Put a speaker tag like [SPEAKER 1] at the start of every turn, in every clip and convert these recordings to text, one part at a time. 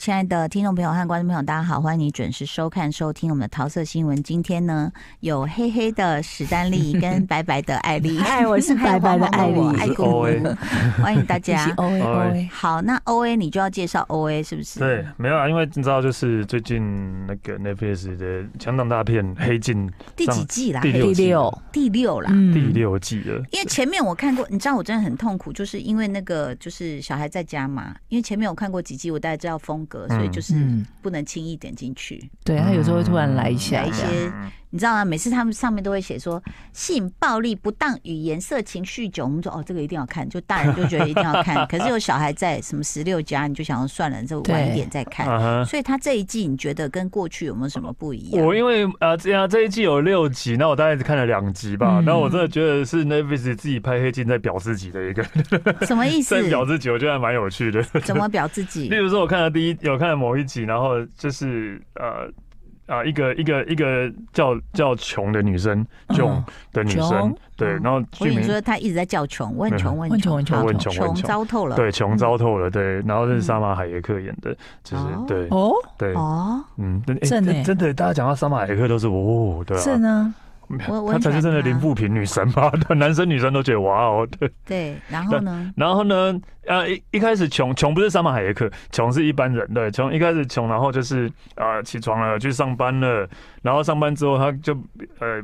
[SPEAKER 1] 亲爱的听众朋友和观众朋友，大家好，欢迎你准时收看、收听我们的桃色新闻。今天呢，有黑黑的史丹 利跟白白的艾丽，
[SPEAKER 2] 哎，我是白白的艾丽，
[SPEAKER 1] 我是
[SPEAKER 3] 艾
[SPEAKER 1] 爱
[SPEAKER 3] 丽
[SPEAKER 1] 姑
[SPEAKER 3] 我是
[SPEAKER 1] 姑，欢迎大
[SPEAKER 2] 是
[SPEAKER 1] 家。
[SPEAKER 2] O A O A，
[SPEAKER 1] 好，那 O A 你就要介绍 O A 是不是？
[SPEAKER 3] 对，没有啊，因为你知道，就是最近那个 Netflix 的强档大片《黑镜》
[SPEAKER 1] 第几
[SPEAKER 3] 上
[SPEAKER 1] 季啦？
[SPEAKER 3] 第
[SPEAKER 1] 黑
[SPEAKER 3] 六
[SPEAKER 2] 第
[SPEAKER 3] 季
[SPEAKER 2] 六，
[SPEAKER 1] 第六啦。
[SPEAKER 2] 嗯
[SPEAKER 3] 第六季了。
[SPEAKER 1] 因为前面我看过，你知道我真的很痛苦，就是因为那个就是小孩在家嘛。因为前面我看过几集，我大概知道风格，所以
[SPEAKER 3] 嗯
[SPEAKER 1] 就是
[SPEAKER 2] 嗯，
[SPEAKER 1] 不能轻易点进去。
[SPEAKER 2] 对他有时候会突然来一下
[SPEAKER 3] 嗯
[SPEAKER 1] 来一，些你知道吗？每次他们上面都会写说性暴力、不当语言、色情、酗酒，我们说哦，这个一定要看，就大人就觉得一定要看。可是有小孩在，什么十六加，你就想要算了，这个晚一点
[SPEAKER 2] 嗯
[SPEAKER 1] 再看。
[SPEAKER 3] 啊哈，
[SPEAKER 1] 所以他这一季你觉得跟过去有没有什么不一样？
[SPEAKER 3] 我因为呃，这样这一季有六集，那我大概只看了两集吧。
[SPEAKER 2] 嗯
[SPEAKER 3] 那、我真的觉得是 Netflix 自己拍《黑镜》在表自己的一 个，
[SPEAKER 1] 什么意思
[SPEAKER 3] 在？表自己，我觉得还蛮有趣的。
[SPEAKER 1] 怎么表自己
[SPEAKER 3] 例？如说，我看了第一，有看了某一集，然后就是呃啊，一个一个一个叫叫琼的女生，琼
[SPEAKER 2] 嗯
[SPEAKER 3] 的女生
[SPEAKER 2] 琼，
[SPEAKER 3] 对，
[SPEAKER 1] 嗯
[SPEAKER 3] 然后
[SPEAKER 1] 我
[SPEAKER 3] 剧
[SPEAKER 1] 跟你
[SPEAKER 3] 名嗯
[SPEAKER 1] 说，他一直在叫穷，我很穷，我很
[SPEAKER 2] 问
[SPEAKER 1] 穷，
[SPEAKER 2] 穷问
[SPEAKER 3] 问
[SPEAKER 2] 穷
[SPEAKER 3] 琼问
[SPEAKER 1] 穷
[SPEAKER 3] 琼，
[SPEAKER 1] 糟透了。
[SPEAKER 3] 对，穷糟透了，对，然后是沙
[SPEAKER 1] 嗯
[SPEAKER 3] 马海耶克演的，就是
[SPEAKER 1] 哦
[SPEAKER 3] 对啊
[SPEAKER 2] 哦，
[SPEAKER 3] 对，
[SPEAKER 1] 哦，
[SPEAKER 3] 嗯，真
[SPEAKER 2] 正
[SPEAKER 3] 真
[SPEAKER 2] 欸
[SPEAKER 3] 真的，大家讲到沙马海耶克都是哦，对
[SPEAKER 2] 这
[SPEAKER 3] 啊，
[SPEAKER 2] 呢，
[SPEAKER 1] 我我
[SPEAKER 3] 她
[SPEAKER 1] 很喜
[SPEAKER 3] 才
[SPEAKER 1] 欢
[SPEAKER 3] 是真的
[SPEAKER 1] 她
[SPEAKER 3] 零富平女神吧？对 男生女生都觉得哇哦，对。
[SPEAKER 1] 对，然后呢？
[SPEAKER 3] 然后呢，呃，一一开始穷穷不是沙马海耶克，穷是一般人，对，穷一开始穷，然后就是呃起床了去上班了，然后上班之后他就呃。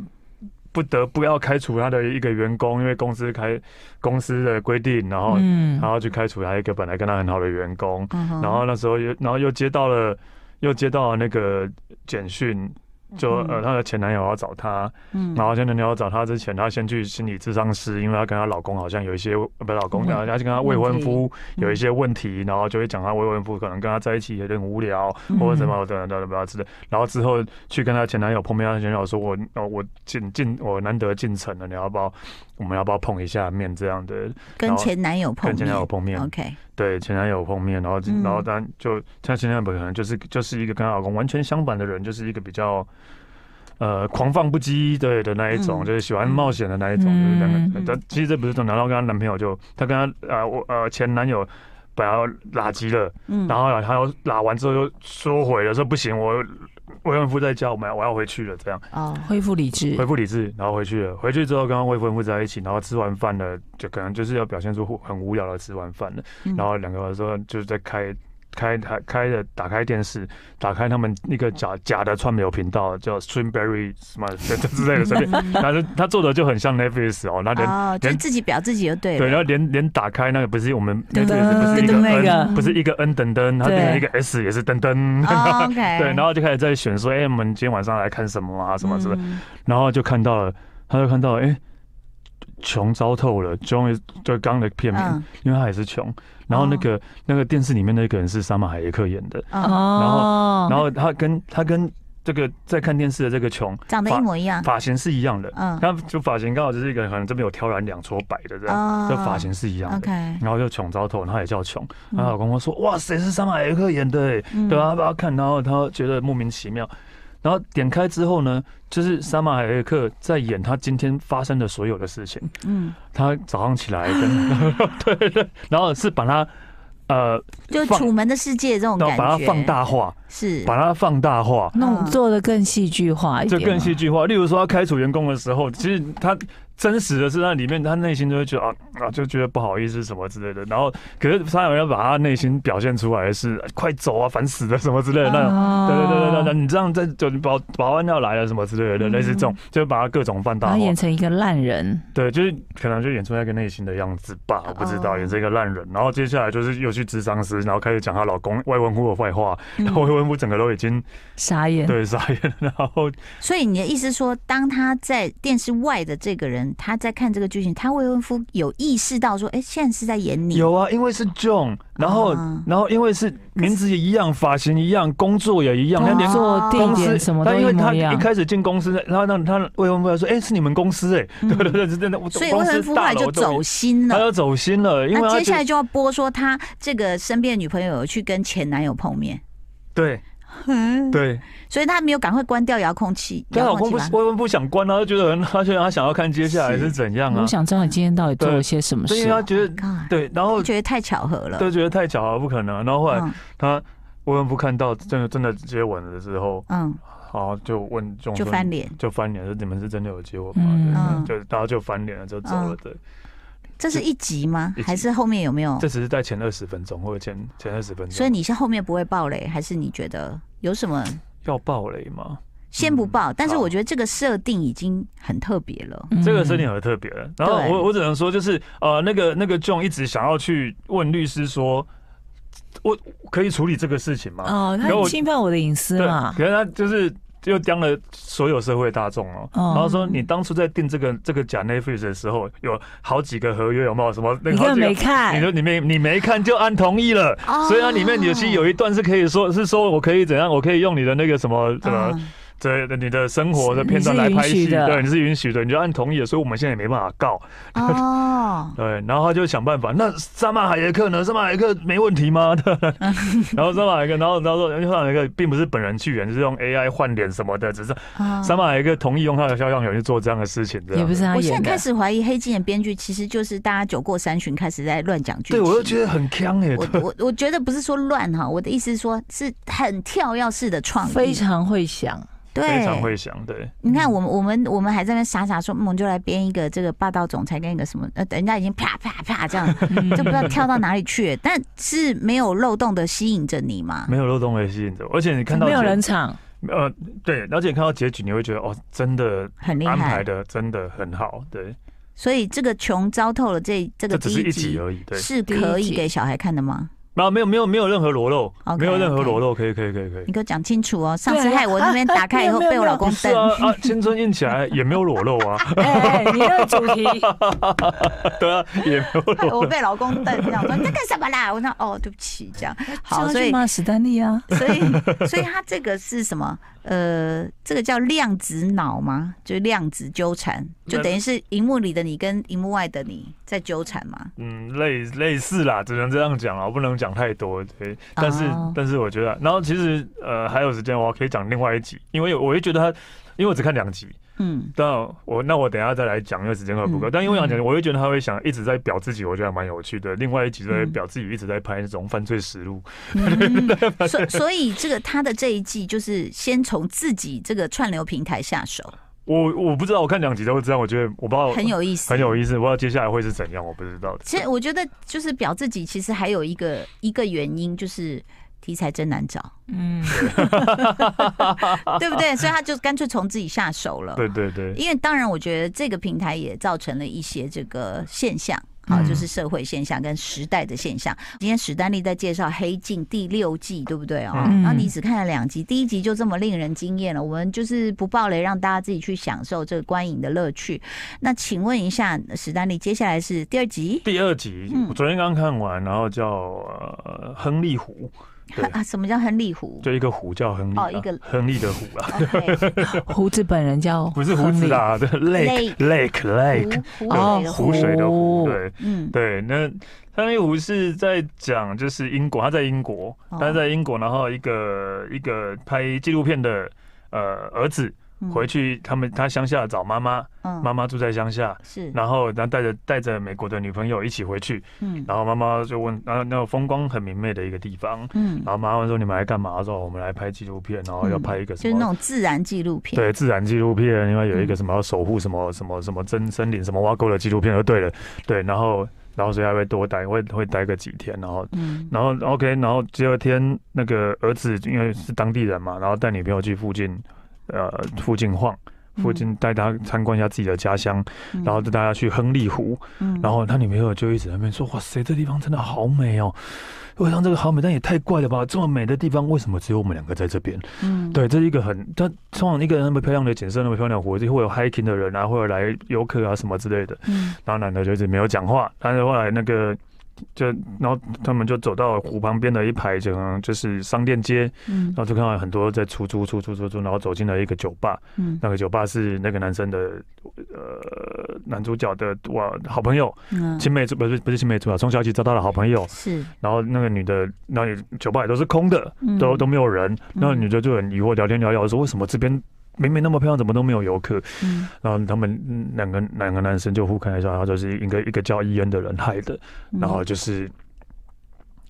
[SPEAKER 3] 不得不要开除他的一个员工，因为公司开公司的规定，然后、
[SPEAKER 2] 嗯
[SPEAKER 3] 然后去开除他一个本来跟他很好的员工，
[SPEAKER 1] 嗯哼
[SPEAKER 3] 然后那时候又，然后又接到了，又接到了那个简讯，就呃，
[SPEAKER 1] 嗯
[SPEAKER 3] 她的前男友要找她，
[SPEAKER 1] 嗯
[SPEAKER 3] 然后前男友要找她之前，她先去心理咨商师，因为她跟她老公好像有一些，呃不是老
[SPEAKER 1] 嗯
[SPEAKER 3] 公，
[SPEAKER 2] 问
[SPEAKER 3] 然后她就跟她未
[SPEAKER 1] 问
[SPEAKER 3] 婚
[SPEAKER 1] 题
[SPEAKER 3] 夫
[SPEAKER 1] 嗯
[SPEAKER 3] 有一些问题，然后就会讲她未婚夫可能跟她在一起有点无聊，
[SPEAKER 1] 嗯
[SPEAKER 3] 或者什么等等等等之类。然后之后去跟她前男友碰面，她前男友说我哦我进进我难得进城了，你要不要我们要不要碰一下面这样的？
[SPEAKER 1] 跟
[SPEAKER 3] 然后
[SPEAKER 1] 前男友碰
[SPEAKER 3] 跟
[SPEAKER 1] 面，
[SPEAKER 3] 前男友碰面
[SPEAKER 1] OK，
[SPEAKER 3] 对前男友碰面，然后就
[SPEAKER 1] 嗯
[SPEAKER 3] 然后当然就她前男友可能就是就是一个跟她老公完全相反的人，就是一个比较呃狂放不羁对的那一
[SPEAKER 1] 嗯
[SPEAKER 3] 种，就是喜欢冒险的那一种，
[SPEAKER 2] 嗯
[SPEAKER 3] 就是两个
[SPEAKER 1] 嗯。
[SPEAKER 3] 但其实这不是重点。然后跟她男朋友就她跟她呃我呃前男友本来要拉急了，
[SPEAKER 1] 嗯
[SPEAKER 3] 然后她又拉完之后又缩回了，说不行，我未婚夫在家，我们我要回去了这样。
[SPEAKER 1] 哦，
[SPEAKER 2] 恢复理智
[SPEAKER 3] 恢，复理智，然后回去了。回去之后，跟未婚夫在一起，然后吃完饭了，就可能就是要表现出很无聊的吃完饭了。
[SPEAKER 1] 嗯
[SPEAKER 3] 然后两个人说就是在开开台开的打开电视，打开他们那个假假的串流频道叫 Streamberry 什么这 这之类的，随 便。
[SPEAKER 1] 嗯
[SPEAKER 3] 但是他做的就很像 Netflix 哦，那连、
[SPEAKER 2] 啊
[SPEAKER 1] 哦，就
[SPEAKER 3] 连
[SPEAKER 1] 自己表自己就对
[SPEAKER 3] 对，然
[SPEAKER 1] 了。
[SPEAKER 3] 后连连打开那个不是我们
[SPEAKER 2] 噔
[SPEAKER 3] Netflix 不是一
[SPEAKER 2] 噔
[SPEAKER 3] 个
[SPEAKER 2] 噔那
[SPEAKER 3] N，
[SPEAKER 2] 个
[SPEAKER 3] 不是一个 N 噔噔，它变成
[SPEAKER 2] 对
[SPEAKER 3] 一个 S 也是噔噔。
[SPEAKER 1] 哦 OK，
[SPEAKER 3] 对，然后就开始在选说，哎、我们今天晚上来看什么啊，什么之类的。
[SPEAKER 1] 嗯
[SPEAKER 3] 然后就看到了，他就看到了，哎、穷糟透了，终于就刚刚的片名，
[SPEAKER 1] 嗯哦
[SPEAKER 3] 因为他也是穷。然后那个、那个电视里面那个人是沙马海耶克演的，
[SPEAKER 1] 嗯，
[SPEAKER 2] 哦，
[SPEAKER 3] 然后他跟他跟这个在看电视的这个穷
[SPEAKER 1] 长得一模一样，
[SPEAKER 3] 发型是一样的，
[SPEAKER 1] 嗯，
[SPEAKER 3] 他就发型刚好就是一个可能这边有挑染两撮白的这样，
[SPEAKER 1] 哦
[SPEAKER 3] 这发型是一样的。
[SPEAKER 1] OK，
[SPEAKER 3] 然后就穷糟透，然后他也叫穷。
[SPEAKER 1] 嗯
[SPEAKER 3] 然后老公说：“哇，谁是沙马海耶克演的、欸？
[SPEAKER 1] 嗯
[SPEAKER 3] 对啊，，他把他看，然后他觉得莫名其妙。然后点开之后呢，就是沙马海耶克在演他今天发生的所有的事情。
[SPEAKER 1] 嗯，
[SPEAKER 3] 他早上起来跟对对，然后是把他呃，
[SPEAKER 1] 就
[SPEAKER 3] 放
[SPEAKER 1] 楚门的世界这种
[SPEAKER 3] 然
[SPEAKER 1] 感
[SPEAKER 3] 后
[SPEAKER 1] 觉，嗯
[SPEAKER 3] 把它放大化，
[SPEAKER 1] 是，
[SPEAKER 3] 把它放大化，
[SPEAKER 2] 弄
[SPEAKER 1] 嗯
[SPEAKER 2] 做的更戏剧化一
[SPEAKER 3] 就
[SPEAKER 2] 点嘛，啊
[SPEAKER 3] 更戏剧化。例如说，他开除员工的时候，其实他真实的是他里面他内心就会觉得啊啊，就觉得不好意思什么之类的。然后可是他有要把他内心表现出来的是快走啊，烦死了什么之类的那种。
[SPEAKER 2] 哦，
[SPEAKER 3] 对对对对对，你这样在就保保安要来了什么之类的，
[SPEAKER 1] 嗯
[SPEAKER 3] 类似这种，就把他各种放
[SPEAKER 2] 然
[SPEAKER 3] 大
[SPEAKER 2] 后
[SPEAKER 3] 化。
[SPEAKER 2] 演成一个烂人，
[SPEAKER 3] 对，就是可能就演出那个内心的样子吧，我不知道，
[SPEAKER 1] 哦
[SPEAKER 3] 演这个烂人。然后接下来就是又去智商师，然后开始讲她老公外文夫的坏话，
[SPEAKER 1] 嗯
[SPEAKER 3] 然后未婚夫整个都已经
[SPEAKER 2] 傻眼，
[SPEAKER 3] 对傻眼了，然后
[SPEAKER 1] 所以你的意思说，当他在电视外的这个人，他在看这个剧情，他未婚夫有意识到说，哎，现在是在演你，
[SPEAKER 3] 有啊，因为是 John，然后、
[SPEAKER 1] 啊
[SPEAKER 3] 然后因为是名字也一样，发型一样，工作也一样，他连
[SPEAKER 2] 工
[SPEAKER 1] 哦
[SPEAKER 2] 作地
[SPEAKER 3] 公司
[SPEAKER 2] 点什么都
[SPEAKER 3] 他因
[SPEAKER 2] 一
[SPEAKER 3] 为
[SPEAKER 2] 模
[SPEAKER 3] 他
[SPEAKER 2] 一
[SPEAKER 3] 一
[SPEAKER 2] 样，
[SPEAKER 3] 开始进公司，然后让他未婚夫还说：“哎、是你们公司哎、
[SPEAKER 1] 嗯
[SPEAKER 3] 对对对，是真的。我
[SPEAKER 1] 所以
[SPEAKER 3] 公
[SPEAKER 1] 未
[SPEAKER 3] 司
[SPEAKER 1] 婚夫后
[SPEAKER 3] 大
[SPEAKER 1] 来
[SPEAKER 3] 楼
[SPEAKER 1] 就
[SPEAKER 3] 都
[SPEAKER 1] 走心
[SPEAKER 3] 他
[SPEAKER 1] 了。
[SPEAKER 3] 要走心呃了，因为
[SPEAKER 1] 那
[SPEAKER 3] 他
[SPEAKER 1] 接
[SPEAKER 3] 觉
[SPEAKER 1] 下
[SPEAKER 3] 得
[SPEAKER 1] 来就要播说他这个身边的女朋友有去跟前男友碰面，
[SPEAKER 3] 对
[SPEAKER 1] 嗯，
[SPEAKER 3] 对，
[SPEAKER 1] 所以他没有赶快关掉遥控器，
[SPEAKER 3] 但
[SPEAKER 1] 遥
[SPEAKER 3] 老
[SPEAKER 1] 控
[SPEAKER 3] 公
[SPEAKER 1] 器
[SPEAKER 3] 啊不
[SPEAKER 1] 吧
[SPEAKER 3] 未婚不想关啊，他觉得很， 他觉得他想要看接下来是怎样啊
[SPEAKER 2] 我，想知道你今天到底做了些什么
[SPEAKER 1] 啊
[SPEAKER 3] 所以
[SPEAKER 2] 事
[SPEAKER 3] 他，觉得
[SPEAKER 1] God，
[SPEAKER 3] 对，然后
[SPEAKER 1] 觉得太巧合了。
[SPEAKER 3] 啊都觉得太巧了，不可能。然后后来
[SPEAKER 1] 嗯
[SPEAKER 3] 他未婚夫看到真的真的接吻的时候，
[SPEAKER 1] 嗯，
[SPEAKER 3] 然后就问就
[SPEAKER 1] 就翻，脸，
[SPEAKER 3] 就翻脸，说你们是真的有接吻
[SPEAKER 2] 嗯
[SPEAKER 3] 吗？
[SPEAKER 1] 嗯
[SPEAKER 3] 对对，就大家就翻脸了，就走了。对，
[SPEAKER 1] 这是一集吗
[SPEAKER 3] 一？集
[SPEAKER 1] 还是后面有没有
[SPEAKER 3] 这？只是在前二十分钟或者前前二十分钟。
[SPEAKER 1] 所以你是后面不会爆雷，还是你觉得有什么
[SPEAKER 3] 要爆雷吗？
[SPEAKER 1] 先不爆？但是
[SPEAKER 3] 嗯好
[SPEAKER 1] 我觉得这个设定已经很特别了。
[SPEAKER 2] 嗯
[SPEAKER 3] 这个啊设定很特别了。然后
[SPEAKER 1] 对
[SPEAKER 3] 我我只能说，就是呃，那个那个 John 一直想要去问律师说，我可以处理这个事情吗？
[SPEAKER 2] 哦，
[SPEAKER 3] 然后
[SPEAKER 2] 他
[SPEAKER 3] 我
[SPEAKER 2] 侵犯我的隐私
[SPEAKER 3] 对，
[SPEAKER 2] 嘛
[SPEAKER 3] 可，是他就是又当了所有社会大众哦。
[SPEAKER 2] 哦
[SPEAKER 3] 然后说你当初在订这个这个假 Netflix 的时候，有好几个合约有没有什么？那
[SPEAKER 2] 你
[SPEAKER 3] 个
[SPEAKER 2] 根
[SPEAKER 3] 好
[SPEAKER 2] 本
[SPEAKER 3] 几个
[SPEAKER 2] 没看
[SPEAKER 3] 你，说你没你没看就按同意了，
[SPEAKER 1] 哦
[SPEAKER 3] 所以它啊里面有其实有一段是可以说是说我可以怎样，我可以用你的那个什么什么
[SPEAKER 1] 嗯
[SPEAKER 3] 这你的生活的片段来拍
[SPEAKER 2] 哦你是允
[SPEAKER 3] 戏，
[SPEAKER 2] 许的
[SPEAKER 3] 对，你是允许的，你就按同意了，所以我们现在也没办法告，
[SPEAKER 1] 哦，
[SPEAKER 3] 对，然后他就想办法。那杀马海耶克呢？杀马海耶克没问题吗？ 对然后杀马海耶克，然后然后说，因为杀马海耶克并不是本人去演，是用 AI 换脸什么的，只是
[SPEAKER 1] 哦
[SPEAKER 3] 杀马海耶克同意用他的肖像权去做这样的事情，这样
[SPEAKER 2] 也不是他
[SPEAKER 1] 我现
[SPEAKER 2] 演
[SPEAKER 1] 在
[SPEAKER 2] 的
[SPEAKER 1] 开。始怀疑《黑镜》的编剧其实就是大家酒过三巡，开始在乱讲剧情。
[SPEAKER 3] 对，我就觉得很坑哎、
[SPEAKER 1] 我
[SPEAKER 3] 对
[SPEAKER 1] 我我觉得不是说乱哈，我的意思是说是很跳跃式的创意，
[SPEAKER 2] 非常会想，
[SPEAKER 1] 对，
[SPEAKER 3] 非常会想，对，
[SPEAKER 1] 你看，我们我们我们还在那边傻傻说，嗯我们就来编一个这个霸道总裁跟一个什么，呃，人家已经啪啪啪这样，
[SPEAKER 3] 嗯
[SPEAKER 1] 就不知道跳到哪里去 了，但是没有漏洞的吸引着你嘛。
[SPEAKER 3] 没有漏洞可以吸引着我，而且你看到
[SPEAKER 2] 没有
[SPEAKER 3] 结
[SPEAKER 2] 人 场，
[SPEAKER 3] 呃对，而且看到结局你会觉得哦，真的
[SPEAKER 1] 很厉
[SPEAKER 3] 安排
[SPEAKER 1] 害，
[SPEAKER 3] 的真的很好，对，
[SPEAKER 1] 所以这个穷糟透了这这
[SPEAKER 3] 这
[SPEAKER 1] 个
[SPEAKER 3] 只
[SPEAKER 1] 第
[SPEAKER 3] 是一集
[SPEAKER 1] 集
[SPEAKER 3] 而已，对，
[SPEAKER 1] 是可
[SPEAKER 2] 第一
[SPEAKER 1] 以
[SPEAKER 2] 集
[SPEAKER 1] 给小孩看的吗？
[SPEAKER 3] 那没有没有没有任何裸露
[SPEAKER 1] OK，
[SPEAKER 3] 没有任何
[SPEAKER 1] OK
[SPEAKER 3] 裸露，可以可以可以可以
[SPEAKER 1] 你。给我讲清楚哦！上次
[SPEAKER 2] 对啊
[SPEAKER 1] 害我那边打开以后
[SPEAKER 2] 啊没有
[SPEAKER 1] 被我老公
[SPEAKER 3] 不 是
[SPEAKER 1] 瞪，
[SPEAKER 3] 啊啊，青春硬起来也没有裸露啊，
[SPEAKER 2] 哎哎，你的主题
[SPEAKER 3] 对啊， 也没有裸
[SPEAKER 1] 害
[SPEAKER 3] 露。
[SPEAKER 1] 我被老公瞪，这样说你在干什么啦？我说哦，对不起， 这样好，
[SPEAKER 2] 这样
[SPEAKER 1] 所以
[SPEAKER 2] 去骂史丹利啊，
[SPEAKER 1] 所以， 所以他这个是什么？呃，这个叫量子脑吗？就是量子纠缠，就等于是荧幕里的你跟荧幕外的你在纠缠嘛。
[SPEAKER 3] 嗯，类类似啦，只能这样讲啊啦，不能讲太多。对，但是、
[SPEAKER 1] 哦
[SPEAKER 3] 但是我觉得，然后其实呃还有时间，我可以讲另外一集，因为我就觉得他，因为我只看两集，
[SPEAKER 1] 嗯，
[SPEAKER 3] 但我那我等一下再来讲，因为时间会不够。
[SPEAKER 1] 嗯
[SPEAKER 3] 但因为我讲，我会觉得他会想一直在表自己，我觉得还蛮有趣的。另外一集在表自己一直在拍那种犯罪实录，
[SPEAKER 1] 嗯 所所以这个他的这一季就是先从自己这个串流平台下手，
[SPEAKER 3] 我我不知道，我看两集都是这样，我觉得我不知道
[SPEAKER 1] 很有意思，
[SPEAKER 3] 哦很有意思，不知道接下来会是怎样，我不知道。
[SPEAKER 1] 其实我觉得就是表自己，其实还有一个一个原因就是题材真难找，
[SPEAKER 2] 嗯，
[SPEAKER 1] 对不对？所以他就干脆从自己下手了。
[SPEAKER 3] 啊对对对。
[SPEAKER 1] 因为当然，我觉得这个平台也造成了一些这个现象。好，
[SPEAKER 2] 嗯
[SPEAKER 1] 就是社会现象跟时代的现象。今天史丹利在介绍《黑镜》第六季，对不对哦？
[SPEAKER 2] 嗯
[SPEAKER 1] 然后你只看了两集，第一集就这么令人惊艳了。我们就是不爆雷，让大家自己去享受这个观影的乐趣。那请问一下，史丹利，接下来是第二集
[SPEAKER 3] 第二集，
[SPEAKER 1] 嗯
[SPEAKER 3] 我昨天刚看完，然后叫呃亨利湖，对
[SPEAKER 1] 啊？什么叫亨利湖哦
[SPEAKER 3] 就一个湖叫亨利、啊，
[SPEAKER 1] 哦一个
[SPEAKER 3] 亨利的湖啊，
[SPEAKER 1] ？OK，
[SPEAKER 2] 胡子本人叫
[SPEAKER 3] 不是胡子啊
[SPEAKER 2] 亨利，
[SPEAKER 3] 啦，对 lake lake lake，
[SPEAKER 1] 湖湖水
[SPEAKER 2] 哦
[SPEAKER 1] 的
[SPEAKER 3] 湖
[SPEAKER 1] 湖，
[SPEAKER 3] 水的湖，
[SPEAKER 2] 湖
[SPEAKER 3] 对
[SPEAKER 1] 嗯，
[SPEAKER 3] 哎对，那。亨利湖是在讲，就是英国，他在英国，
[SPEAKER 1] 哦
[SPEAKER 3] 他在英国，然后一个一个拍纪录片的呃儿子
[SPEAKER 1] 嗯
[SPEAKER 3] 回去，他们他乡下找妈妈，
[SPEAKER 1] 嗯
[SPEAKER 3] 妈妈住在乡下，
[SPEAKER 1] 是
[SPEAKER 3] 然后他带着带着美国的女朋友一起回去，
[SPEAKER 1] 嗯
[SPEAKER 3] 然后妈妈就问，然后那个风光很明媚的一个地方，
[SPEAKER 1] 嗯
[SPEAKER 3] 然，后妈妈说你们来干嘛？她说哦我们来拍纪录片，然后要拍一个
[SPEAKER 1] 就
[SPEAKER 3] 什
[SPEAKER 1] 是那
[SPEAKER 3] 么？
[SPEAKER 1] 种自然纪录片，
[SPEAKER 3] 对，自然纪录片，因为有一个
[SPEAKER 1] 嗯
[SPEAKER 3] 什么要守护什么什么什么真森林什么挖沟的纪录片就对了，对，然后然后所以还会多待会会待个几天，然后
[SPEAKER 1] 嗯，
[SPEAKER 3] 然后 OK，然后第二天那个儿子因为是当地人嘛，然后带女朋友去附近，呃，附近晃，附近带他参观一下自己的家乡，
[SPEAKER 1] 嗯，
[SPEAKER 3] 然后就带他去亨利湖，
[SPEAKER 1] 嗯，
[SPEAKER 3] 然后他女朋友就一直在那边说：“哇塞，这地方真的好美哦！我想这个好美，但也太怪了吧？这么美的地方，为什么只有我们两个在这边？
[SPEAKER 1] 嗯，
[SPEAKER 3] 对，这是一个很……他通常一个人那么漂亮的景色，那么漂亮的湖，就会有 hiking 的人啊，会有来游客啊什么之类的。
[SPEAKER 1] 嗯，
[SPEAKER 3] 然后男的就一直没有讲话，但是后来那个就，然后他们就走到湖旁边的一排，就就是商店街，
[SPEAKER 1] 嗯
[SPEAKER 3] 然后就看到很多在出租、出租、出租，然后走进了一个酒吧，
[SPEAKER 1] 嗯
[SPEAKER 3] 那个酒吧是那个男生的呃男主角的哇好朋友。
[SPEAKER 1] 嗯，
[SPEAKER 3] 青梅竹不是不是青梅竹马，啊从小一起交到了好朋友。
[SPEAKER 1] 是，
[SPEAKER 3] 然后那个女的，那里酒吧也都是空的，
[SPEAKER 1] 嗯
[SPEAKER 3] 都都没有人。那女的就很疑惑，聊天聊聊说，为什么这边明明那么漂亮，怎么都没有游客？
[SPEAKER 1] 嗯
[SPEAKER 3] 然后他们嗯两个两个
[SPEAKER 1] 嗯
[SPEAKER 3] 男生就互看一下，然后就是一个一个叫伊恩的人害的，然后就是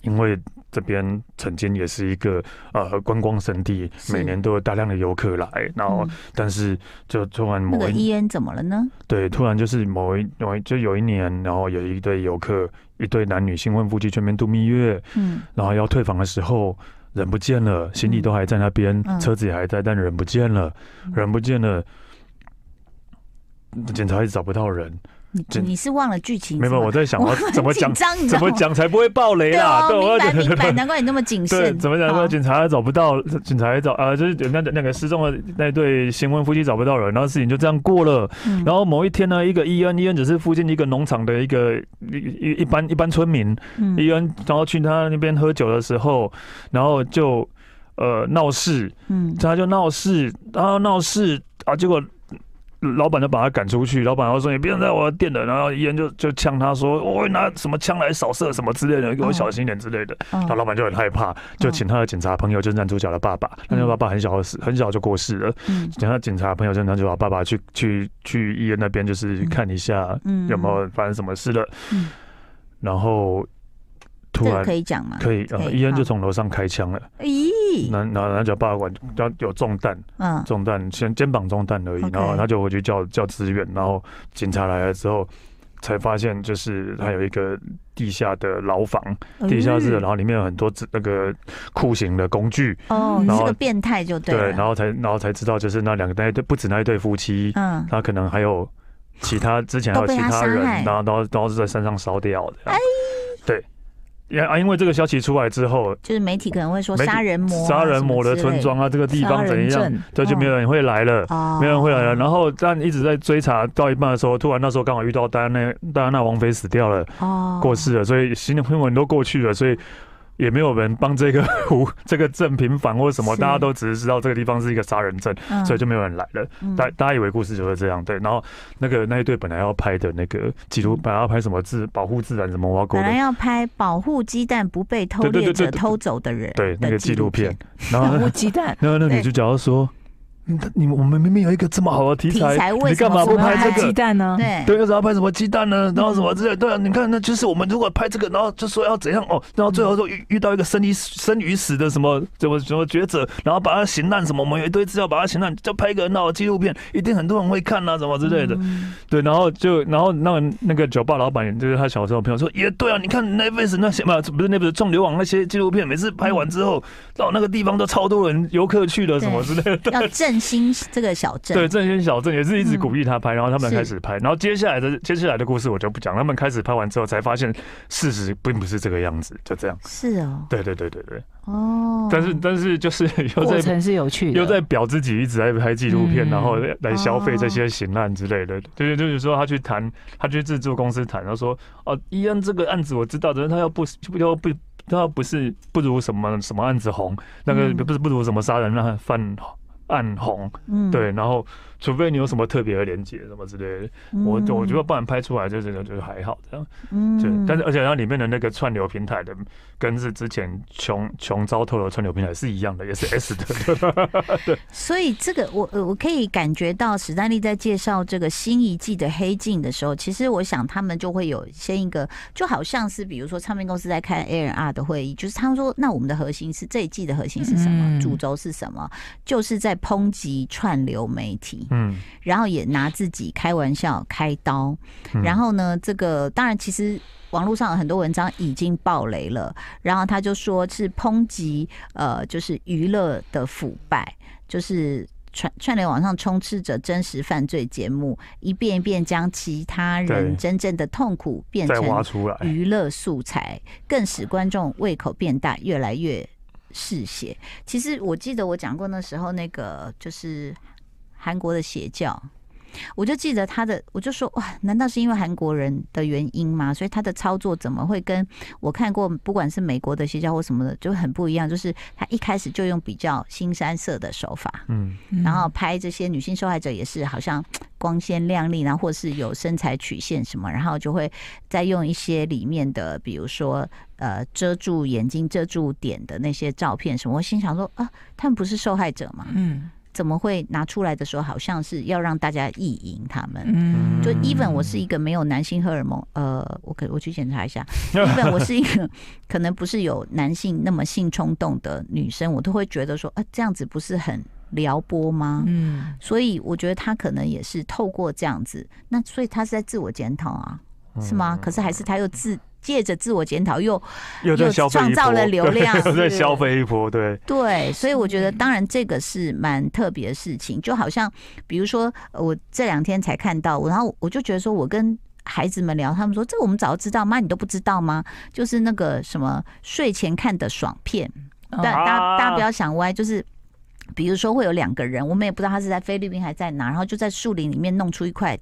[SPEAKER 3] 因为这边曾经也是一个呃观光胜地，
[SPEAKER 1] 是
[SPEAKER 3] 每年都有大量的游客来，然后
[SPEAKER 1] 嗯
[SPEAKER 3] 但是就突然
[SPEAKER 1] 那
[SPEAKER 3] 某
[SPEAKER 1] 个
[SPEAKER 3] 一
[SPEAKER 1] E N 怎么了呢？
[SPEAKER 3] 对突然就是某一某一就有一年，然后有一对游客，一对男女新婚夫妻全面度蜜月，
[SPEAKER 1] 嗯，
[SPEAKER 3] 然后要退房的时候，人不见了，行李都还在那边，
[SPEAKER 1] 嗯
[SPEAKER 3] 车子也还在，但人不见了，人不见了，警察一直找不到人。
[SPEAKER 1] 你
[SPEAKER 3] 这
[SPEAKER 1] 你是忘了剧情？
[SPEAKER 3] 没有，我
[SPEAKER 1] 在
[SPEAKER 3] 在想我要怎么讲，怎
[SPEAKER 1] 怎
[SPEAKER 3] 么？讲才不会爆雷
[SPEAKER 1] 对
[SPEAKER 3] 啦？
[SPEAKER 1] 哦，明
[SPEAKER 3] 我
[SPEAKER 1] 白
[SPEAKER 3] 要
[SPEAKER 1] 明 白，难怪你那么谨
[SPEAKER 3] 对，
[SPEAKER 1] 慎。
[SPEAKER 3] 怎么讲？
[SPEAKER 1] 好
[SPEAKER 3] 说警察找不到，警察也找啊、就是那那个失踪的那对新婚夫妻找不到人，然后事情就这样过了。
[SPEAKER 1] 嗯
[SPEAKER 3] 然后某一天呢，一个伊恩，伊恩只是附近一个农场的一个一一一般一般村民，
[SPEAKER 1] 嗯
[SPEAKER 3] 伊恩然后去他那边喝酒的时候，然后就呃闹事，
[SPEAKER 1] 嗯
[SPEAKER 3] 他就闹事，然后闹事啊，结果老板就把他赶出去。老板要说你不要在我的店了，然后伊恩就就呛他说我会拿什么枪来扫射什么之类的，给我小心一点之类的。然后
[SPEAKER 1] 哦嗯
[SPEAKER 3] 老板就很害怕，就请他的警察朋友，就是男主角的爸爸，男主角爸爸很小的死，很小就过世了，
[SPEAKER 1] 嗯
[SPEAKER 3] 请他的警察朋友，就是男主角爸爸去去去医院那边，就是看一下
[SPEAKER 1] 嗯，
[SPEAKER 3] 有没有发生什么事了
[SPEAKER 1] 嗯。
[SPEAKER 3] 然后突
[SPEAKER 1] 这
[SPEAKER 3] 然
[SPEAKER 1] 个可以讲吗？
[SPEAKER 3] 可以，
[SPEAKER 1] 可
[SPEAKER 3] 呃，
[SPEAKER 1] 以
[SPEAKER 3] 伊恩
[SPEAKER 1] 好嗯
[SPEAKER 3] 就从楼上开枪了，
[SPEAKER 1] 咦，
[SPEAKER 3] 男男男主角爸爸管要有中弹，
[SPEAKER 1] 嗯
[SPEAKER 3] 中弹先肩膀中弹而已，
[SPEAKER 1] OK 嗯
[SPEAKER 3] 然后他就回去叫叫支援，然后警察来了之后。才发现，就是他有一个地下的牢房，
[SPEAKER 1] 哎
[SPEAKER 3] 地下
[SPEAKER 1] 嗯
[SPEAKER 3] 室，然后里面有很多纸那个酷刑的工具，
[SPEAKER 1] 哦，你
[SPEAKER 3] 然
[SPEAKER 1] 是
[SPEAKER 3] 后
[SPEAKER 1] 个变态就对
[SPEAKER 3] 对，
[SPEAKER 1] 了。
[SPEAKER 3] 然后才然后才知道，就是那两个那一对不止那一对夫妻，
[SPEAKER 1] 嗯，
[SPEAKER 3] 他可能还有其他之前还
[SPEAKER 1] 都
[SPEAKER 3] 有
[SPEAKER 1] 被
[SPEAKER 3] 其
[SPEAKER 1] 他
[SPEAKER 3] 他
[SPEAKER 1] 杀
[SPEAKER 3] 人
[SPEAKER 1] 害，哎
[SPEAKER 3] 然后然后然后是在山上烧掉的，对，因啊因为这个消息出来之后，
[SPEAKER 1] 就是媒体可能会说
[SPEAKER 3] 媒体
[SPEAKER 1] 杀人魔啊、
[SPEAKER 3] 杀人魔的
[SPEAKER 1] 什么之类
[SPEAKER 3] 村庄啊，这个地方
[SPEAKER 2] 杀人
[SPEAKER 3] 怎样，
[SPEAKER 2] 证
[SPEAKER 3] 对，就没有人会来了。
[SPEAKER 1] 哦，
[SPEAKER 3] 没有人会来了，然后但一直在追查到一半的时候，突然那时候刚好遇到戴安娜戴安娜王妃死掉了，
[SPEAKER 1] 哦
[SPEAKER 3] 过世了，所以新的新闻都过去了，所以也没有人帮这个 湖这个镇平反或什么，
[SPEAKER 1] 是
[SPEAKER 3] 大家都只是知道这个地方是一个杀人镇，
[SPEAKER 1] 嗯
[SPEAKER 3] 所以就没有人来了。
[SPEAKER 1] 嗯
[SPEAKER 3] 大大家以为故事就是这样，对。然后那个那一对本来要拍的那个记录，本来要拍什么自保护自然什么挖
[SPEAKER 1] 嗯
[SPEAKER 3] 沟
[SPEAKER 1] 本来
[SPEAKER 3] 的，
[SPEAKER 1] 要拍保护鸡蛋不被偷
[SPEAKER 3] 对对
[SPEAKER 1] 猎
[SPEAKER 3] 对对
[SPEAKER 1] 者
[SPEAKER 3] 对对
[SPEAKER 1] 偷走的人，
[SPEAKER 3] 对那个纪录片，然后
[SPEAKER 2] 保护
[SPEAKER 3] 那，
[SPEAKER 2] 鸡蛋
[SPEAKER 3] 然后那个
[SPEAKER 1] 对
[SPEAKER 3] 女主角就说：“你你我们明明有一个这么好的题
[SPEAKER 1] 题
[SPEAKER 3] 材，
[SPEAKER 1] 材为
[SPEAKER 3] 你
[SPEAKER 1] 什
[SPEAKER 3] 干
[SPEAKER 1] 么
[SPEAKER 3] 嘛
[SPEAKER 2] 我
[SPEAKER 3] 不
[SPEAKER 1] 不
[SPEAKER 2] 们
[SPEAKER 3] 拍
[SPEAKER 1] 拍
[SPEAKER 2] 拍
[SPEAKER 3] 这
[SPEAKER 2] 鸡
[SPEAKER 3] 个？”
[SPEAKER 2] 蛋呢？
[SPEAKER 1] 对，
[SPEAKER 3] 对，为什么要拍什么鸡蛋呢？然后什么
[SPEAKER 1] 嗯
[SPEAKER 3] 之类，对啊，你看，那就是我们如果拍这个，然后就说要怎样哦，然后最后说遇遇到一个生离死生与死的什么什么什么抉择，然后把它刑烂什么，我们有一堆资料把它刑烂，就拍一个很好的纪录片，一定很多人会看啊，什么之类的。
[SPEAKER 1] 嗯
[SPEAKER 3] 对，然后就然后那个那个酒吧老板就是他小时候的朋友说，也对啊，你看 Netflix 那些嘛，不是 Netflix 重流网那些纪录片，每次拍完之后
[SPEAKER 1] 嗯
[SPEAKER 3] 到那个地方都超多人游客去了什么之类 的。
[SPEAKER 1] 要振兴这个小镇，
[SPEAKER 3] 对，这些小镇也是一直鼓励他拍，然后他们
[SPEAKER 1] 嗯是
[SPEAKER 3] 开始拍，然后接下来的接下来的故事我就不讲，他们开始拍完之后才发现事实并不是这个样子，就这样。
[SPEAKER 1] 是哦，
[SPEAKER 3] 对对对对对，
[SPEAKER 1] 哦，
[SPEAKER 3] 但是但是就是 又
[SPEAKER 2] 过
[SPEAKER 3] 在
[SPEAKER 2] 程是有趣的，
[SPEAKER 3] 又在表自己一直在拍纪录片，
[SPEAKER 2] 嗯
[SPEAKER 3] 然后
[SPEAKER 1] 哦
[SPEAKER 3] 来消费这些刑案之类的。对对，就是说他去谈，他去制作公司谈，他说哦，伊恩这个案子我知道，只是他要不不要不。他要不是不如什么什么案子红，那个
[SPEAKER 1] 嗯
[SPEAKER 3] 不是不如什么杀人案犯案红，
[SPEAKER 1] 嗯
[SPEAKER 3] 对，，然后除非你有什么特别的连接什么之类的，我我觉得不然拍出来就觉得就还好这样。
[SPEAKER 1] 嗯，
[SPEAKER 3] 就
[SPEAKER 1] 嗯
[SPEAKER 3] 但是而且它里面的那个串流平台的，跟是之前穷穷糟透的串流平台是一样的，也是 S 的。
[SPEAKER 1] 所以这个我呃我可以感觉到史丹利在介绍这个新一季的《黑镜》的时候，其实我想他们就会有先一个，就好像是比如说唱片公司在开 A R 的会议，就是他们说那我们的核心是这一季的核心是什么，
[SPEAKER 2] 嗯
[SPEAKER 1] 主轴是什么，就是在抨击串流媒体，
[SPEAKER 3] 嗯，
[SPEAKER 1] 然后也拿自己开玩笑开刀，
[SPEAKER 3] 嗯
[SPEAKER 1] 然后呢，这个当然其实。网络上有很多文章已经爆雷了，然后他就说是抨击呃，就是娱乐的腐败，就是串串流网上充斥着真实犯罪节目，一遍一遍将其他人
[SPEAKER 3] 对
[SPEAKER 1] 真正的痛苦变
[SPEAKER 3] 再挖
[SPEAKER 1] 成
[SPEAKER 3] 出来，
[SPEAKER 1] 娱乐素材，更使观众胃口变大，越来越嗜血。其实我记得我讲过那时候那个就是韩国的邪教。我就记得他的，我就说哇，难道是因为韩国人的原因吗？所以他的操作怎么会跟我看过，不管是美国的邪教或什么的，就很不一样。就是他一开始就用比较新三色的手法，
[SPEAKER 3] 嗯，
[SPEAKER 2] 嗯
[SPEAKER 1] 然后拍这些女性受害者也是好像光鲜亮丽，然后或是有身材曲线什么，然后就会再用一些里面的，比如说呃遮住眼睛、遮住点的那些照片什么。我心想说啊，他们不是受害者吗？
[SPEAKER 2] 嗯，
[SPEAKER 1] 怎么会拿出来的时候，好像是要让大家意淫他们？
[SPEAKER 2] 嗯，
[SPEAKER 1] 就
[SPEAKER 3] 嗯
[SPEAKER 1] even 我是一个没有男性荷尔蒙，呃，我可我去检查 一下，even 我是一个可能不是有男性那么性冲动的女生，我都会觉得说，啊，这样子不是很撩拨吗？
[SPEAKER 2] 嗯，
[SPEAKER 1] 所以我觉得他可能也是透过这样子，那所以他是在自我检讨啊，
[SPEAKER 3] 嗯
[SPEAKER 1] 是吗？可是还是他又自借着自我检讨又
[SPEAKER 3] 又在消费一波
[SPEAKER 1] 又创造了流量
[SPEAKER 3] 又在
[SPEAKER 2] 是
[SPEAKER 3] 消费一波，对，
[SPEAKER 1] 对，所以我觉得，当然这个是蛮特别的事情，就好像比如说，呃我这两天才看到，我然后我就觉得说，我跟孩子们聊，他们说这个我们早就知道，妈你都不知道吗？就是那个什么睡前看的爽片，但
[SPEAKER 2] 哦
[SPEAKER 1] 大家
[SPEAKER 3] 啊
[SPEAKER 1] 大家不要想歪，就是。比如说会有两个人，我们也不知道他是在菲律宾还是在哪，然后就在树林里面弄出一块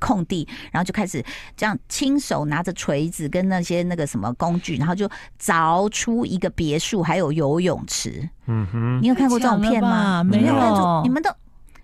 [SPEAKER 1] 空地，然后就开始这样亲手拿着锤子跟那些那个什么工具，然后就凿出一个别墅，还有游泳池。
[SPEAKER 3] 嗯哼，
[SPEAKER 1] 你有看过这种片吗？
[SPEAKER 2] 太强了
[SPEAKER 1] 你
[SPEAKER 2] 吧
[SPEAKER 1] 有
[SPEAKER 3] 没有
[SPEAKER 1] 看过？你们都，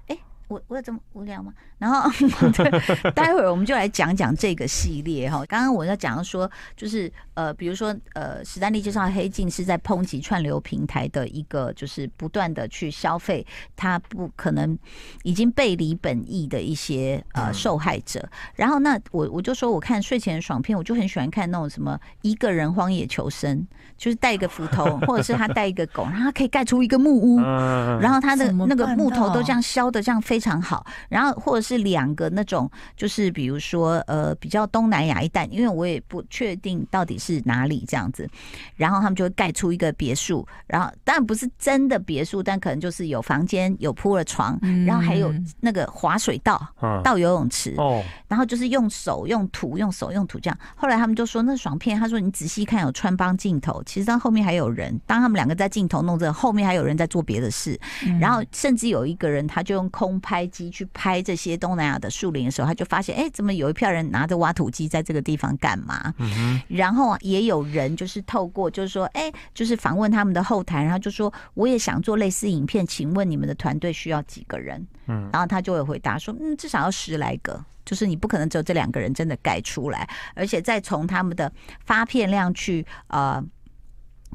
[SPEAKER 1] 哎，我我有这么无聊吗？然后 对待会儿我们就来讲讲这个系列哈。刚刚我要讲说，就是呃，比如说呃，史丹利介绍的黑镜是在抨击串流平台的一个，就是不断的去消费，他不可能已经背离本意的一些呃受害者。然后那我我就说，我看睡前爽片，我就很喜欢看那种什么一个人荒野求生，就是带一个斧头，或者是他带一个狗，然后他可以盖出一个木屋。
[SPEAKER 3] 嗯
[SPEAKER 1] 然后它的
[SPEAKER 2] 怎么
[SPEAKER 1] 那个
[SPEAKER 2] 办
[SPEAKER 1] 木头
[SPEAKER 2] 到
[SPEAKER 1] 都这样削的这样非常好，然后或者是两个那种，就是比如说呃比较东南亚一带，因为我也不确定到底是哪里这样子，然后他们就会盖出一个别墅，然后当然不是真的别墅，但可能就是有房间、有铺了床，然后还有
[SPEAKER 2] 嗯
[SPEAKER 1] 那个滑水道
[SPEAKER 3] 嗯
[SPEAKER 1] 到游泳池，
[SPEAKER 3] 哦，
[SPEAKER 1] 然后就是用手、用土、用手、用土这样。后来他们就说那爽片，他说你仔细看有穿帮镜头，其实到后面还有人。当他们两个在镜头弄这个，后面还有人在做别的事。
[SPEAKER 2] 嗯
[SPEAKER 1] 然后甚至有一个人他就用空拍机去拍这些东南亚的树林的时候，他就发现，哎，怎么有一票人拿着挖土机在这个地方干嘛？
[SPEAKER 3] 嗯哼，
[SPEAKER 1] 然后啊也有人就是透过，就是说，哎，就是访问他们的后台，然后就说，我也想做类似影片，请问你们的团队需要几个人？
[SPEAKER 3] 嗯，
[SPEAKER 1] 然后他就会回答说，嗯，至少要十来个，就是你不可能只有这两个人真的盖出来，而且再从他们的发片量去呃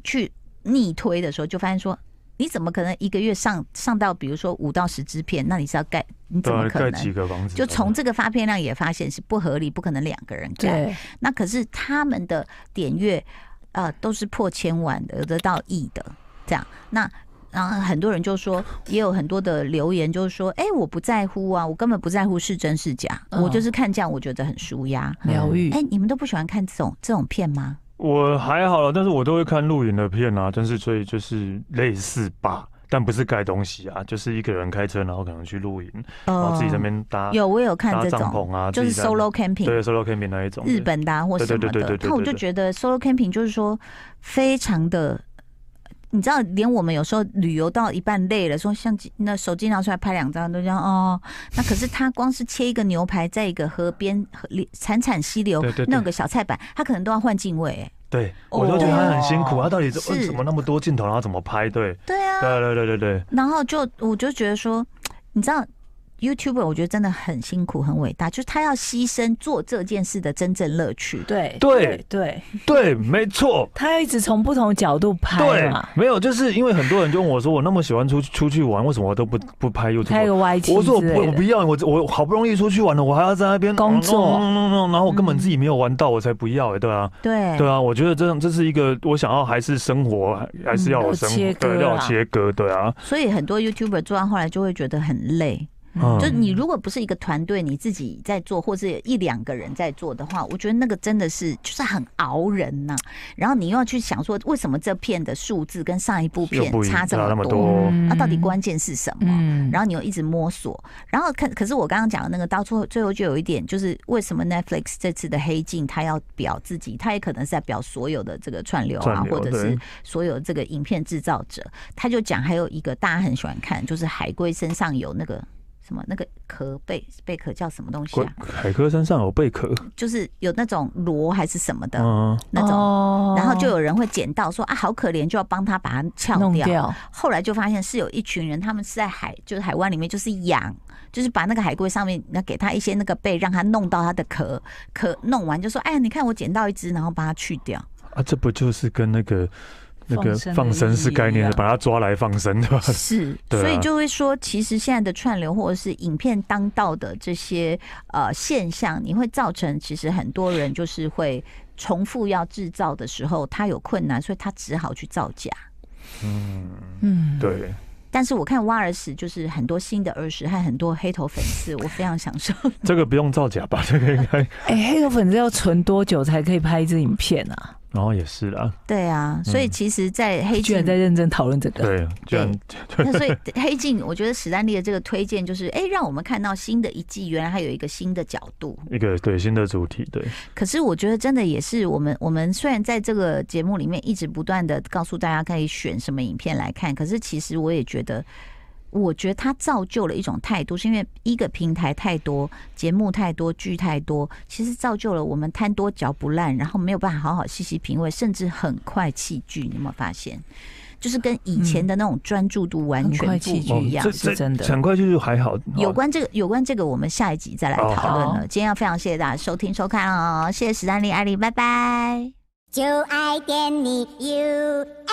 [SPEAKER 1] 去逆推的时候，就发现说。你怎么可能一个月上上到比如说五到十支片？那你是要盖？你怎
[SPEAKER 3] 对
[SPEAKER 1] 么
[SPEAKER 3] 啊，
[SPEAKER 1] 可
[SPEAKER 3] 盖几
[SPEAKER 1] 能？
[SPEAKER 3] 个房子，
[SPEAKER 1] 就从这个发片量也发现是不合理，不可能两个人盖。
[SPEAKER 2] 对，
[SPEAKER 1] 那可是他们的点阅，呃，都是破千万的，有的到亿的这样。那然后很多人就说，也有很多的留言就是说，哎、我不在乎啊，我根本不在乎是真是假，
[SPEAKER 2] 嗯
[SPEAKER 1] 我就是看这样，我觉得很舒压。
[SPEAKER 3] 嗯
[SPEAKER 2] 疗愈
[SPEAKER 1] 哎、，你们都不喜欢看这种这种片吗？
[SPEAKER 3] 我还好了，但是我都会看露营的片啊，但是所以就是类似吧，但不是盖东西啊，就是一个人开车，然后可能去露营，然哦后自己在那边搭
[SPEAKER 1] 哦有我有看
[SPEAKER 3] 搭
[SPEAKER 1] 这
[SPEAKER 3] 帐
[SPEAKER 1] 种，
[SPEAKER 3] 篷啊，
[SPEAKER 1] 就
[SPEAKER 3] 自
[SPEAKER 1] 是
[SPEAKER 3] 己在那
[SPEAKER 1] solo camping。
[SPEAKER 3] 对 solo camping 那一种的
[SPEAKER 1] 日本的、啊、或什么
[SPEAKER 3] 对对对
[SPEAKER 1] 的
[SPEAKER 3] 对对，对
[SPEAKER 1] 那我就觉得 solo camping 就是说非常的，你知道，连我们有时候旅游到一半累了，说相机那手机拿出来拍两张，都这样哦。那可是他光是切一个牛排，在一个河边河里潺潺溪流
[SPEAKER 3] 对对对
[SPEAKER 1] 弄个小菜板，他可能都要换镜位、哎
[SPEAKER 3] 对，
[SPEAKER 2] 哦
[SPEAKER 3] 我都觉得他很辛苦，
[SPEAKER 2] 对
[SPEAKER 3] 他到底怎
[SPEAKER 1] 哦是
[SPEAKER 3] 为什么那么多镜头，然后怎么拍？对，
[SPEAKER 1] 对啊，
[SPEAKER 3] 对对对对对，
[SPEAKER 1] 然后就我就觉得说，你知道。YouTuber 我觉得真的很辛苦，很伟大，就是他要牺牲做这件事的真正乐趣。
[SPEAKER 2] 对
[SPEAKER 3] 对
[SPEAKER 2] 对，
[SPEAKER 3] 对，没错。
[SPEAKER 2] 他要一直从不同角度拍
[SPEAKER 3] 对
[SPEAKER 2] 嘛，，
[SPEAKER 3] 没有，就是因为很多人就问我说，我那么喜欢出去出去玩，为什么我都不不拍 YouTube？
[SPEAKER 2] 开个 Y 七
[SPEAKER 3] 我说我
[SPEAKER 2] 之
[SPEAKER 3] 不
[SPEAKER 2] 类
[SPEAKER 3] 我不
[SPEAKER 2] 的，
[SPEAKER 3] 要，我我好不容易出去玩了，我还要在那边
[SPEAKER 2] 工作嗯
[SPEAKER 3] 嗯嗯嗯嗯然后我根本自己没有玩到，我才不要哎、对啊，
[SPEAKER 1] 对
[SPEAKER 3] 对啊，我觉得这这是一个我想要还是生活，还还是要有生
[SPEAKER 2] 嗯
[SPEAKER 3] 活，
[SPEAKER 2] 要切割
[SPEAKER 3] 对，要有
[SPEAKER 2] 啦
[SPEAKER 3] 切割，对啊，
[SPEAKER 1] 所以很多 YouTuber 做到后来就会觉得很累。
[SPEAKER 3] 嗯
[SPEAKER 1] 就你如果不是一个团队，你自己在做，或是一两个人在做的话，我觉得那个真的是就是很熬人呐、然后你又要去想说，为什么这片的数字跟上一部
[SPEAKER 3] 又
[SPEAKER 1] 片
[SPEAKER 3] 不一
[SPEAKER 1] 差
[SPEAKER 3] 样
[SPEAKER 1] 这
[SPEAKER 3] 那
[SPEAKER 1] 么
[SPEAKER 3] 么
[SPEAKER 1] 多？啊
[SPEAKER 3] 多，
[SPEAKER 2] 嗯
[SPEAKER 1] 那、到底关键是什么？
[SPEAKER 2] 嗯
[SPEAKER 1] 然后你又一直摸索，然后看，可是我刚刚讲的那个，到最后最后就有一点，就是为什么 Netflix 这次的黑镜，它要表自己，它也可能是在表所有的这个串流啊，
[SPEAKER 3] 串流
[SPEAKER 1] 或者是
[SPEAKER 3] 对
[SPEAKER 1] 所有这个影片制造者，他就讲还有一个大家很喜欢看，就是海龟身上有那个。什么那个壳贝贝壳叫什么东西
[SPEAKER 3] 龟
[SPEAKER 1] 啊？
[SPEAKER 3] 海哥身上有贝壳，
[SPEAKER 1] 就是有那种螺还是什么的、
[SPEAKER 3] 嗯，
[SPEAKER 1] 那种，
[SPEAKER 2] 哦
[SPEAKER 1] 然后就有人会捡到说啊好可怜，就要帮他把它撬
[SPEAKER 2] 弄
[SPEAKER 1] 掉。
[SPEAKER 2] 掉，
[SPEAKER 1] 后来就发现是有一群人，他们是在海，就是海湾里面，就是养，就是把那个海龟上面，那给它一些那个贝，让它弄到它的壳，壳弄完就说，哎呀，你看我捡到一只，然后把它去掉。
[SPEAKER 3] 啊，这不就是跟那个那个放
[SPEAKER 2] 放生的
[SPEAKER 3] 生是
[SPEAKER 2] 意义
[SPEAKER 3] 概念的，
[SPEAKER 2] 啊
[SPEAKER 3] 把他抓来放生的吧？
[SPEAKER 1] 是，
[SPEAKER 3] 对啊
[SPEAKER 1] 所以就会说，其实现在的串流或者是影片当道的这些呃现象，你会造成其实很多人就是会重复要制造的时候，他有困难，所以他只好去造假。
[SPEAKER 2] 嗯，
[SPEAKER 3] 对，
[SPEAKER 1] 但是我看挖耳屎就是很多新的儿时和很多黑头粉刺，我非常享受。
[SPEAKER 3] 这个不用造假吧？这个应该，
[SPEAKER 2] 哎、黑头粉刺要存多久才可以拍一支影片啊？
[SPEAKER 3] 然哦后也是啦，
[SPEAKER 1] 对啊，所以
[SPEAKER 3] 嗯
[SPEAKER 1] 其实，在黑
[SPEAKER 2] 居
[SPEAKER 1] 镜
[SPEAKER 2] 然在认真讨论这个，
[SPEAKER 3] 对，居然
[SPEAKER 1] 那所以黑镜，我觉得史丹利的这个推荐就是，哎、让我们看到新的一季，原来还有一个新的角度。
[SPEAKER 3] 一个对新的主题，对，
[SPEAKER 1] 可是我觉得真的也是我们，我们虽然在这个节目里面一直不断的告诉大家可以选什么影片来看，可是其实我也觉得。我觉得它造就了一种态度，是因为一个平台太多，节目太多，剧太多，其实造就了我们贪多嚼不烂，然后没有办法好好细细品味，甚至很快弃剧。你有没有发现？就是跟以前的那种专注度完
[SPEAKER 2] 嗯很
[SPEAKER 1] 全
[SPEAKER 2] 快
[SPEAKER 1] 不
[SPEAKER 2] 弃剧
[SPEAKER 3] 哦
[SPEAKER 1] 一样。
[SPEAKER 2] 是真的
[SPEAKER 3] 很快就是还好，
[SPEAKER 1] 有关这个，有关这个，我们下一集再来
[SPEAKER 3] 哦
[SPEAKER 1] 讨论了
[SPEAKER 2] 好。
[SPEAKER 1] 今天要非常谢谢大家收听收看哦，谢谢史丹利、艾丽，拜拜。
[SPEAKER 4] 就爱点你 UFO。